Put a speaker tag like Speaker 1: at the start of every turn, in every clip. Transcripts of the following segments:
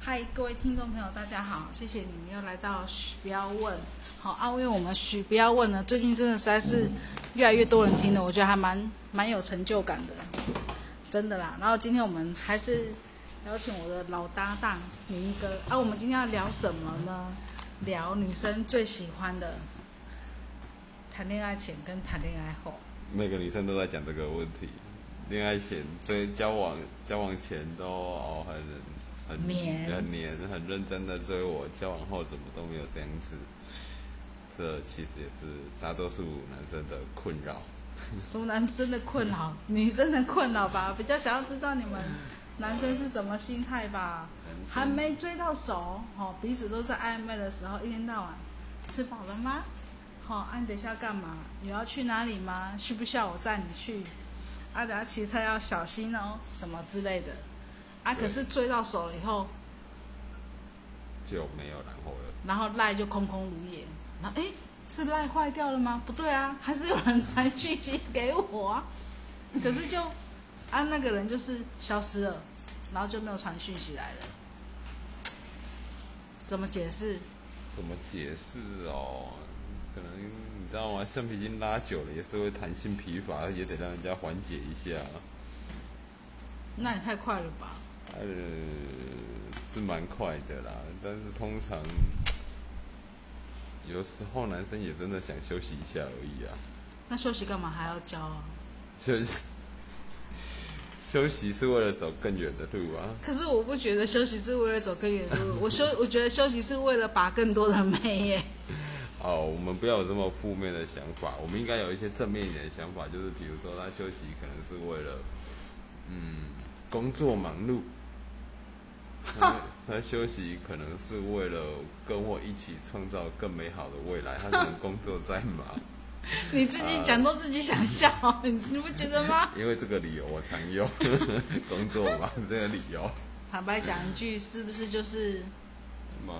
Speaker 1: 嗨，各位听众朋友，大家好，谢谢你们又来到许标问。好，啊，因为我们许标问呢，最近真的实在是越来越多人听了，我觉得还蛮蛮有成就感的，真的啦。然后今天我们还是邀请我的老搭档明哥啊，我们今天要聊什么呢？聊女生最喜欢的谈恋爱前跟谈恋爱后。
Speaker 2: 每个女生都在讲这个问题，恋爱前、这交往、交往前都哦很很
Speaker 1: 黏
Speaker 2: 很黏、很认真的追我，交往后怎么都没有这样子。这其实也是大多数男生的困扰。
Speaker 1: 什么男生的困扰，女生的困扰吧，比较想要知道你们男生是什么心态吧。还没追到手，哦，彼此都在暧昧的时候，一天到晚，吃饱了吗？好、啊，你等一下干嘛？有要去哪里吗？需不需要我载你去？啊，等下骑车要小心哦，什么之类的。啊，可
Speaker 2: 对
Speaker 1: 是追到手了以后，
Speaker 2: 就没有然后了。
Speaker 1: 然后赖就空空如也。然后诶，是赖坏掉了吗？不对啊， 还是有人传讯息给我啊。可是就啊，那个人就是消失了，然后就没有传讯息来了。怎么解释？
Speaker 2: 怎么解释哦？可能你知道吗？橡皮筋拉久了也是会弹性疲乏，也得让人家缓解一下。
Speaker 1: 那也太快了吧？
Speaker 2: 呃，是蛮快的啦，但是通常有时候男生也真的想休息一下而已啊，
Speaker 1: 那休息干嘛还要交啊？
Speaker 2: 休息休息是为了走更远的路啊。
Speaker 1: 可是我不觉得休息是为了走更远的路，我休 我觉得休息是为了把更多的妹耶。
Speaker 2: 哦，我们不要有这么负面的想法，我们应该有一些正面一点的想法，就是比如说他休息可能是为了，嗯，工作忙碌，他他休息可能是为了跟我一起创造更美好的未来，他可能工作在忙，
Speaker 1: 你自己讲都自己想笑， 你你不觉得吗？
Speaker 2: 因为这个理由我常用， 工作嘛，这个理由。
Speaker 1: 坦白讲一句，是不是就是
Speaker 2: 那么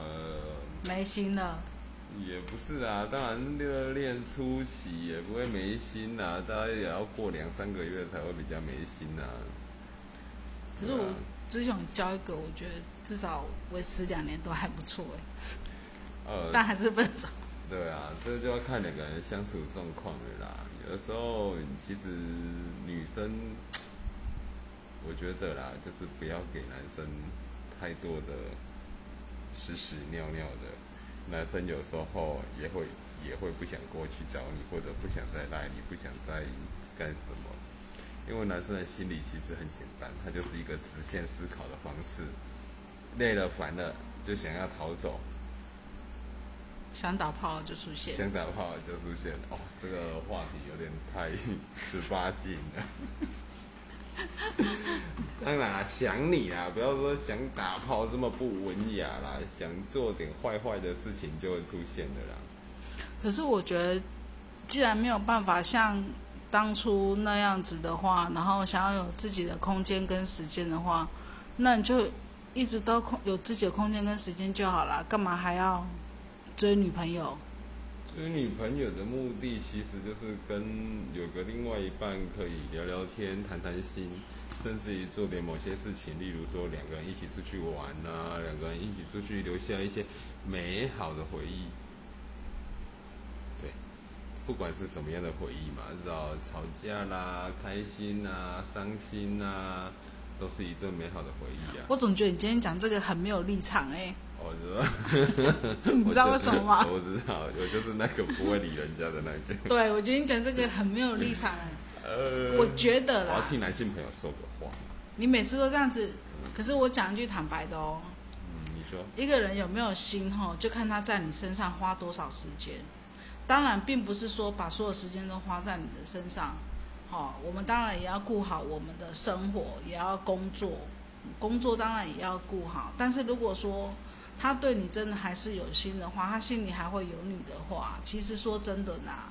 Speaker 1: 没心了？
Speaker 2: 也不是啊，当然热恋初期也不会没心呐、啊，大家也要过两三个月才会比较没心呐、啊。
Speaker 1: 可是
Speaker 2: 对
Speaker 1: 我
Speaker 2: 啊
Speaker 1: 之前有交一个，我觉得至少维持两年都还不错哎，
Speaker 2: 呃，
Speaker 1: 但还是分手。
Speaker 2: 对啊，这就要看两个人相处状况了啦。有的时候其实女生，我觉得啦，就是不要给男生太多的屎屎尿尿的。男生有时候也会也会不想过去找你，或者不想再赖你，不想再干什么。因为男生的心理其实很简单，他就是一个直线思考的方式，累了烦了就想要逃走，
Speaker 1: 想打炮就出现，
Speaker 2: 想打炮就出现哦，这个话题有点太十八禁了。 当然啦，想你啦，不要说想打炮这么不文雅啦，想做点坏坏的事情就会出现的啦。
Speaker 1: 可是我觉得，既然没有办法像当初那样子的话，然后想要有自己的空间跟时间的话，那你就一直都空有自己的空间跟时间就好了，干嘛还要追女朋友？
Speaker 2: 追女朋友的目的其实就是跟有个另外一半可以聊聊天、谈谈心，甚至于做点某些事情，例如说两个人一起出去玩啊，两个人一起出去留下一些美好的回忆。对，不管是什么样的回忆嘛，知道吵架啦、开心啦、伤心啦，都是一顿美好的回忆啊。
Speaker 1: 我总觉得你今天讲这个很没有立场哎、
Speaker 2: 我知 道，
Speaker 1: 你知道
Speaker 2: 我
Speaker 1: 为
Speaker 2: 就是
Speaker 1: 什么吗？
Speaker 2: 我知道，我就是那个不会理人家的那个。
Speaker 1: 对，我觉得你讲这个很没有立场哎、
Speaker 2: 呃
Speaker 1: 我觉得
Speaker 2: 我要
Speaker 1: 啦，
Speaker 2: 替男性朋友说个话。
Speaker 1: 你每次都这样子，可是我讲一句坦白的哦，
Speaker 2: 嗯，你说
Speaker 1: 一个人有没有心吼，就看他在你身上花多少时间。当然，并不是说把所有时间都花在你的身上。好、我们当然也要顾好我们的生活，也要工作，工作当然也要顾好。但是如果说他对你真的还是有心的话，他心里还会有你的话，其实说真的啦，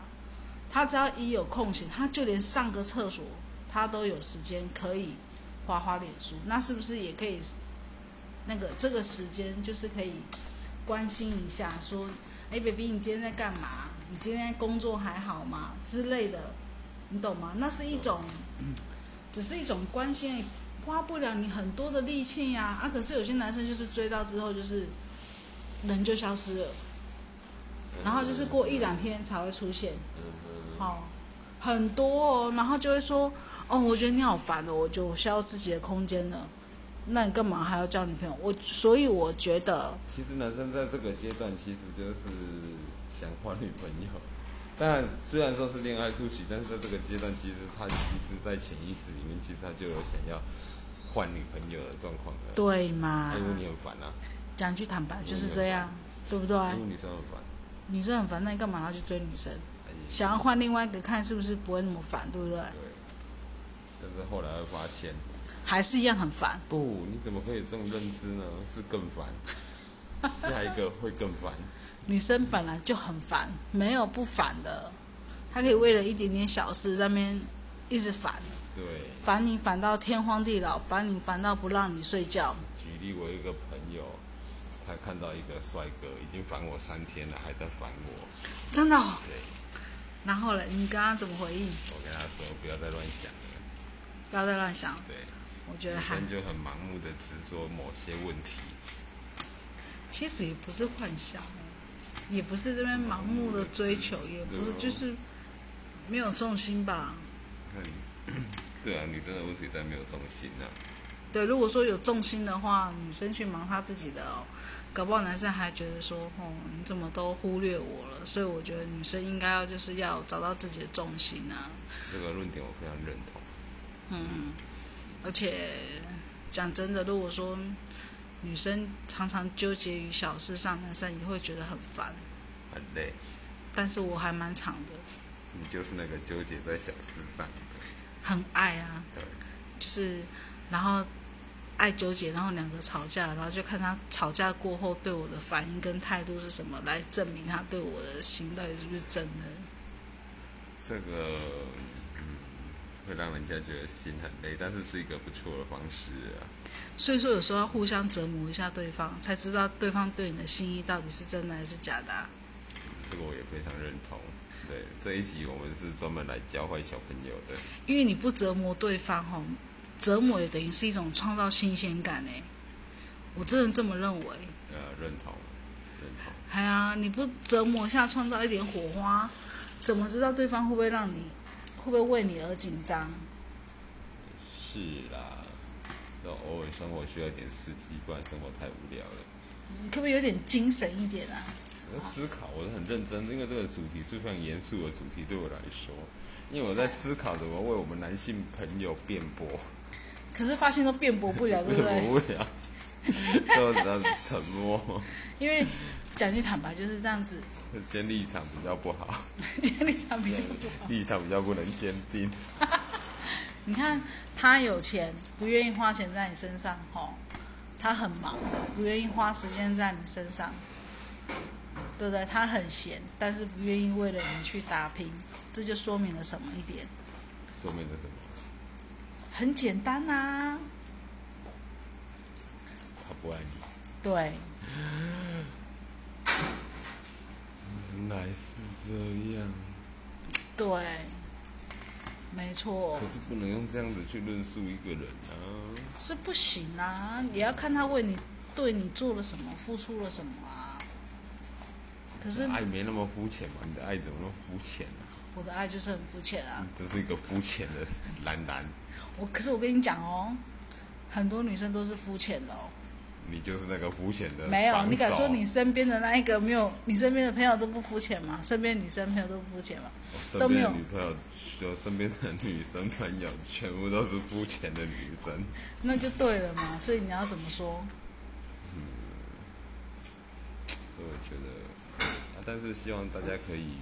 Speaker 1: 他只要一有空闲，他就连上个厕所他都有时间可以花花脸书，那是不是也可以那个这个时间就是可以关心一下，说，哎，baby，你今天在干嘛？你今天工作还好吗？之类的，你懂吗？那是一种，只是一种关心而已，花不了你很多的力气呀、啊。可是有些男生就是追到之后就是人就消失了，然后就是过一两天才会出现，
Speaker 2: 嗯，
Speaker 1: 哦，很多哦，然后就会说，哦，我觉得你好烦哦，我就需要自己的空间了。那你干嘛还要交女朋友？我所以我觉得，
Speaker 2: 其实男生在这个阶段其实就是想换女朋友，但虽然说是恋爱初期，但是在这个阶段，其实他其实在潜意识里面，其实他就有想要换女朋友的状况了。
Speaker 1: 对嘛
Speaker 2: 因？为你很烦啊，
Speaker 1: 讲句坦白就是这样，对不对？
Speaker 2: 因为女生很烦，啊
Speaker 1: 女生很烦，那你干嘛要去追女生？
Speaker 2: 哎呀
Speaker 1: 想要换另外一个看是不是不会那么烦，对不对？
Speaker 2: 对，但是后来会发现，
Speaker 1: 还是一样很烦。
Speaker 2: 不，你怎么会有这种认知呢？是更 烦，下一个会更烦。
Speaker 1: 女生本来就很烦，没有不烦的，她可以为了一点点小事在那边一直烦，
Speaker 2: 对，
Speaker 1: 烦你烦到天荒地老，烦你烦到不让你睡觉。
Speaker 2: 举例，我有一个朋友，他看到一个帅哥，已经烦我三天了，还在烦我。
Speaker 1: 真的哦、
Speaker 2: 对，
Speaker 1: 然后嘞，你刚刚怎么回应？
Speaker 2: 我跟他说不要再乱想了。
Speaker 1: 不要再乱想，
Speaker 2: 对，
Speaker 1: 我觉得还
Speaker 2: 人就很盲目的执着某些问题，
Speaker 1: 其实也不是幻想，也不是这边盲目的追求，也不是
Speaker 2: 对哦
Speaker 1: 就是没有重心吧。
Speaker 2: 那你 对啊，女生的问题在没有重心啊。
Speaker 1: 对，如果说有重心的话，女生去忙她自己的哦，搞不好男生还觉得说，哦，你怎么都忽略我了？所以我觉得女生应该要就是要找到自己的重心啊，
Speaker 2: 这个论点我非常认同。
Speaker 1: 嗯，而且讲真的，如果说女生常常纠结于小事上，男生也会觉得很烦。
Speaker 2: 很累，
Speaker 1: 但是我还蛮长的，
Speaker 2: 你就是那个纠结在小事上的。
Speaker 1: 很爱啊，
Speaker 2: 对，
Speaker 1: 就是然后爱纠结，然后两个吵架，然后就看他吵架过后对我的反应跟态度是什么，来证明他对我的心到底是不是真的。
Speaker 2: 这个嗯，会让人家觉得心很累，但是是一个不错的方式啊。
Speaker 1: 所以说有时候要互相折磨一下对方，才知道对方对你的心意到底是真的还是假的啊、
Speaker 2: 这个我也非常认同。对，这一集我们是专门来教坏小朋友的。
Speaker 1: 因为你不折磨对方，吼，折磨也等于是一种创造新鲜感诶。我真的这么认为。
Speaker 2: 呃，认同，认同。
Speaker 1: 哎呀，你不折磨下，创造一点火花，怎么知道对方会不会让你，会不会为你而紧张？
Speaker 2: 是啦，那偶尔生活需要一点刺激，不然生活太无聊了。
Speaker 1: 你可不可以有点精神一点啊？
Speaker 2: 我在思考，我是很认真，因为这个主题是非常严肃的主题，对我来说，因为我在思考怎么为我们男性朋友辩 驳，
Speaker 1: 可是发现都辩驳不了，对不
Speaker 2: 辩
Speaker 1: 对？
Speaker 2: 驳无聊，啊都只要沉默，
Speaker 1: 因为讲句坦白就是这样子，
Speaker 2: 先立场比较不好，
Speaker 1: 立场比较不好。
Speaker 2: 立场比较不能坚定。
Speaker 1: 你看他有钱，不愿意花钱在你身上，吼、他很忙，不愿意花时间在你身上，对不对？他很闲，但是不愿意为了你去打拼，这就说明了什么一点？
Speaker 2: 说明了什么？
Speaker 1: 很简单啊，
Speaker 2: 他不爱你。
Speaker 1: 对，
Speaker 2: 原来是这样，
Speaker 1: 对，没错
Speaker 2: 可，是不能用这样子去论述一个人啊。
Speaker 1: 是不行啊，也要看他为你对你做了什么，付出了什么啊。可是
Speaker 2: 爱没那么肤浅嘛，你的爱怎么那么肤浅呢、
Speaker 1: 我的爱就是很肤浅啊，
Speaker 2: 你这是一个肤浅的男男，
Speaker 1: 我可是我跟你讲哦，很多女生都是肤浅的哦。
Speaker 2: 你就是那个肤浅的。
Speaker 1: 没有，你敢说你？身边的那一个没有，你身边的朋友都不肤浅吗？身边女生朋友都不肤浅吗？
Speaker 2: 身
Speaker 1: 都没
Speaker 2: 边
Speaker 1: 有
Speaker 2: 的女朋友，就身边的女生朋友，全部都是肤浅的女生。
Speaker 1: 那就对了嘛。所以你要怎么说？
Speaker 2: 所以我觉得，啊，但是希望大家可以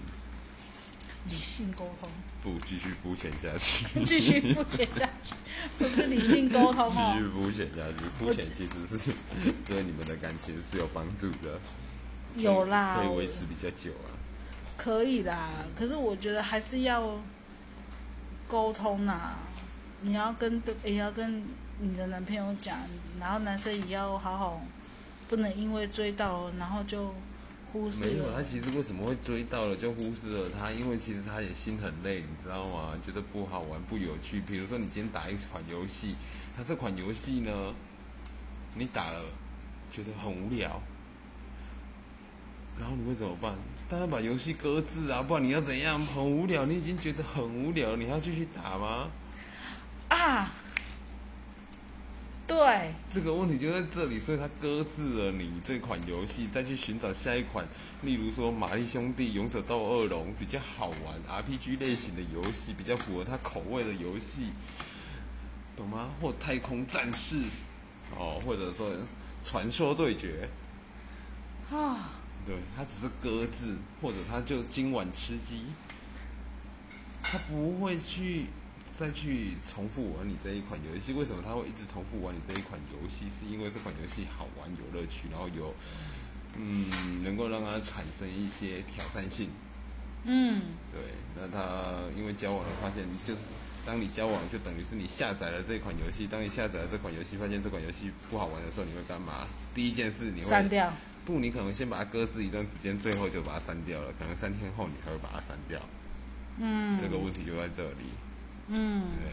Speaker 1: 理性沟通。
Speaker 2: 不继续肤浅下去，
Speaker 1: 继续肤浅下去， 不是理性沟通
Speaker 2: 继
Speaker 1: 哦。
Speaker 2: 续肤浅下去。肤浅其实是 对你们的感情是有帮助的。
Speaker 1: 有啦，
Speaker 2: 可以
Speaker 1: 我
Speaker 2: 维持比较久啊。
Speaker 1: 可以啦。可是我觉得还是要沟通啦。你要跟对，也要跟你的男朋友讲，然后男生也要好好，不能因为追到然后就忽视
Speaker 2: 没有，
Speaker 1: 了。
Speaker 2: 啊他其实为什么会追到了就忽视了他？因为其实他也心很累，你知道吗？觉得不好玩、不有趣。比如说你今天打一款游戏，它这款游戏呢，你打了觉得很无聊，然后你会怎么办？当然把游戏搁置啊，不然你要怎样？很无聊，你已经觉得很无聊了，你还要继续打吗？
Speaker 1: 啊，对，
Speaker 2: 这个问题就在这里，所以它搁置了你这款游戏，再去寻找下一款，例如说《玛丽兄弟》《勇者斗恶龙》比较好玩 RPG 类型的游戏，比较符合他口味的游戏，懂吗？或《太空战士》哦，或者说《传说对决
Speaker 1: 啊，》，
Speaker 2: 对，它只是搁置，或者它就今晚吃鸡，它不会去再去重复玩你这一款游戏。为什么它会一直重复玩你这一款游戏？是因为这款游戏好玩、有乐趣，然后有嗯，能够让它产生一些挑战性。
Speaker 1: 嗯，
Speaker 2: 对，那他因为交往了，发现就当你交往，就等于是你下载了这款游戏。当你下载了这款游戏，发现这款游戏不好玩的时候，你会干嘛？第一件事你
Speaker 1: 删
Speaker 2: 会
Speaker 1: 掉，
Speaker 2: 不，你可能先把它搁置一段时间，最后就把它删掉了。可能三天后你才会把它删掉。
Speaker 1: 嗯
Speaker 2: 这个问题就在这里。
Speaker 1: 嗯，
Speaker 2: 对，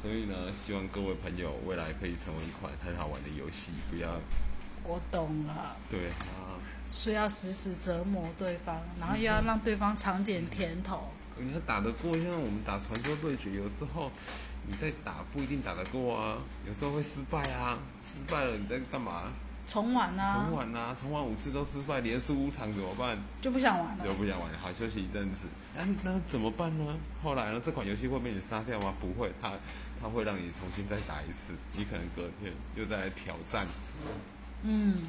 Speaker 2: 所以呢，希望各位朋友未来可以成为一款很好玩的游戏，不要
Speaker 1: 我懂了，
Speaker 2: 对啊，
Speaker 1: 所以要时时折磨对方，然后又要让对方尝点甜头。
Speaker 2: 你要打得过，像我们打传说对决，有时候你在打不一定打得过啊，有时候会失败啊，失败了你在干嘛？
Speaker 1: 重玩啊
Speaker 2: 重，玩啊，重玩五次都失败，连输五场怎么办？
Speaker 1: 就不想玩
Speaker 2: 又
Speaker 1: 了。
Speaker 2: 不想玩，好休息一阵子。那、那怎么办呢？后来呢？这款游戏会被你杀掉吗？不会，它它会让你重新再打一次，你可能隔天又再来挑战。
Speaker 1: 嗯，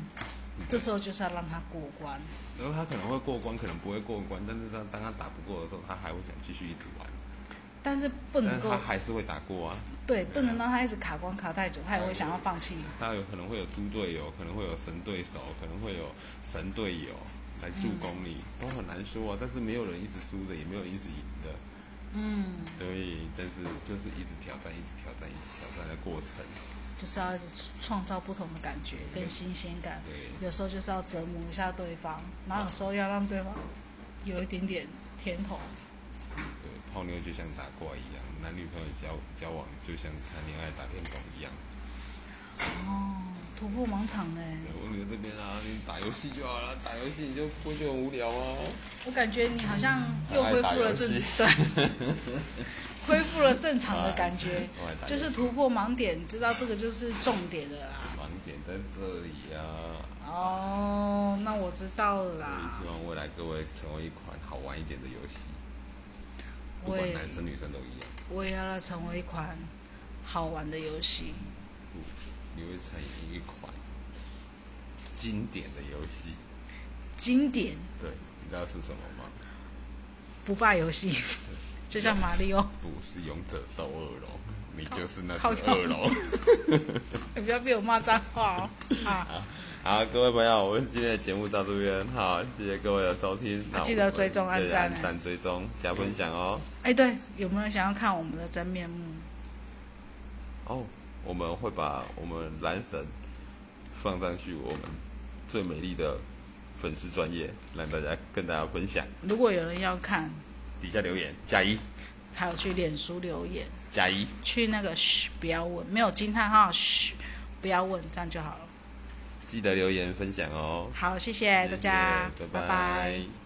Speaker 1: 这时候就是要让他过关。
Speaker 2: 然后他可能会过关，可能不会过关，但是他当他打不过的时候，他还会想继续一直玩，
Speaker 1: 但是不
Speaker 2: 但
Speaker 1: 能
Speaker 2: 是
Speaker 1: 够
Speaker 2: 他还是会打过啊。
Speaker 1: 对，不能让他一直卡关卡太久，他也会想要放弃。
Speaker 2: 他有可能会有猪队友，可能会有神对手，可能会有神队友来助攻你，都很难说啊。但是没有人一直输的，也没有人一直赢的，
Speaker 1: 嗯，
Speaker 2: 所以但是就是一直挑战，一直挑战，一直挑战的过程。
Speaker 1: 就是要一直创造不同的感觉跟新鲜感。
Speaker 2: 对，
Speaker 1: 有时候就是要折磨一下对方，然后有时候要让对方有一点点甜头。
Speaker 2: 对，泡妞就像打怪一样，男女朋友交交往就像谈恋爱打电动一样。
Speaker 1: 哦，突破盲场嘞！
Speaker 2: 对我女儿这边啊，你打游戏就好了，打游戏你就不会觉得很无聊哦。
Speaker 1: 我感觉你好像又恢复了正
Speaker 2: 还爱打游戏
Speaker 1: 对，恢复了正常的感觉，
Speaker 2: 我 来打
Speaker 1: 就是突破盲点，知道这个就是重点啊的啦。
Speaker 2: 盲点在这里啊。
Speaker 1: 哦，那我知道了
Speaker 2: 所以
Speaker 1: 啦
Speaker 2: 希。望未来各位成为一款好玩一点的游戏，不
Speaker 1: 我
Speaker 2: 管
Speaker 1: 也
Speaker 2: 男生女生都一样。
Speaker 1: 我也要来成为一款好玩的游戏。
Speaker 2: 你会成为一款经典的游戏。
Speaker 1: 经典
Speaker 2: 对，你知道是什么吗？
Speaker 1: 不败游 戏，就像马里奥，
Speaker 2: 不是勇者斗恶龙，你就是那
Speaker 1: 靠
Speaker 2: 只
Speaker 1: 靠
Speaker 2: 恶龙。
Speaker 1: 你不要被我骂脏 话哦。啊，
Speaker 2: 好，各位朋友，我们今天的节目到这边，好，谢谢各位的收听。那我们
Speaker 1: 啊记得追踪按
Speaker 2: 记得
Speaker 1: 赞啊
Speaker 2: 按赞、追踪、加分享哦。
Speaker 1: 哎，对，有没有人想要看我们的真面目？
Speaker 2: 哦，我们会把我们蓝神放上去，我们最美丽的粉丝专业，让大家跟大家分享。
Speaker 1: 如果有人要看，
Speaker 2: 底下留言加一
Speaker 1: 还有去脸书留言，
Speaker 2: 加一，
Speaker 1: 去那个嘘，不要问，没有惊叹号，嘘，不要问，这样就好了。
Speaker 2: 记得留言分享哦。
Speaker 1: 好，谢谢大家
Speaker 2: 谢谢，拜
Speaker 1: 拜拜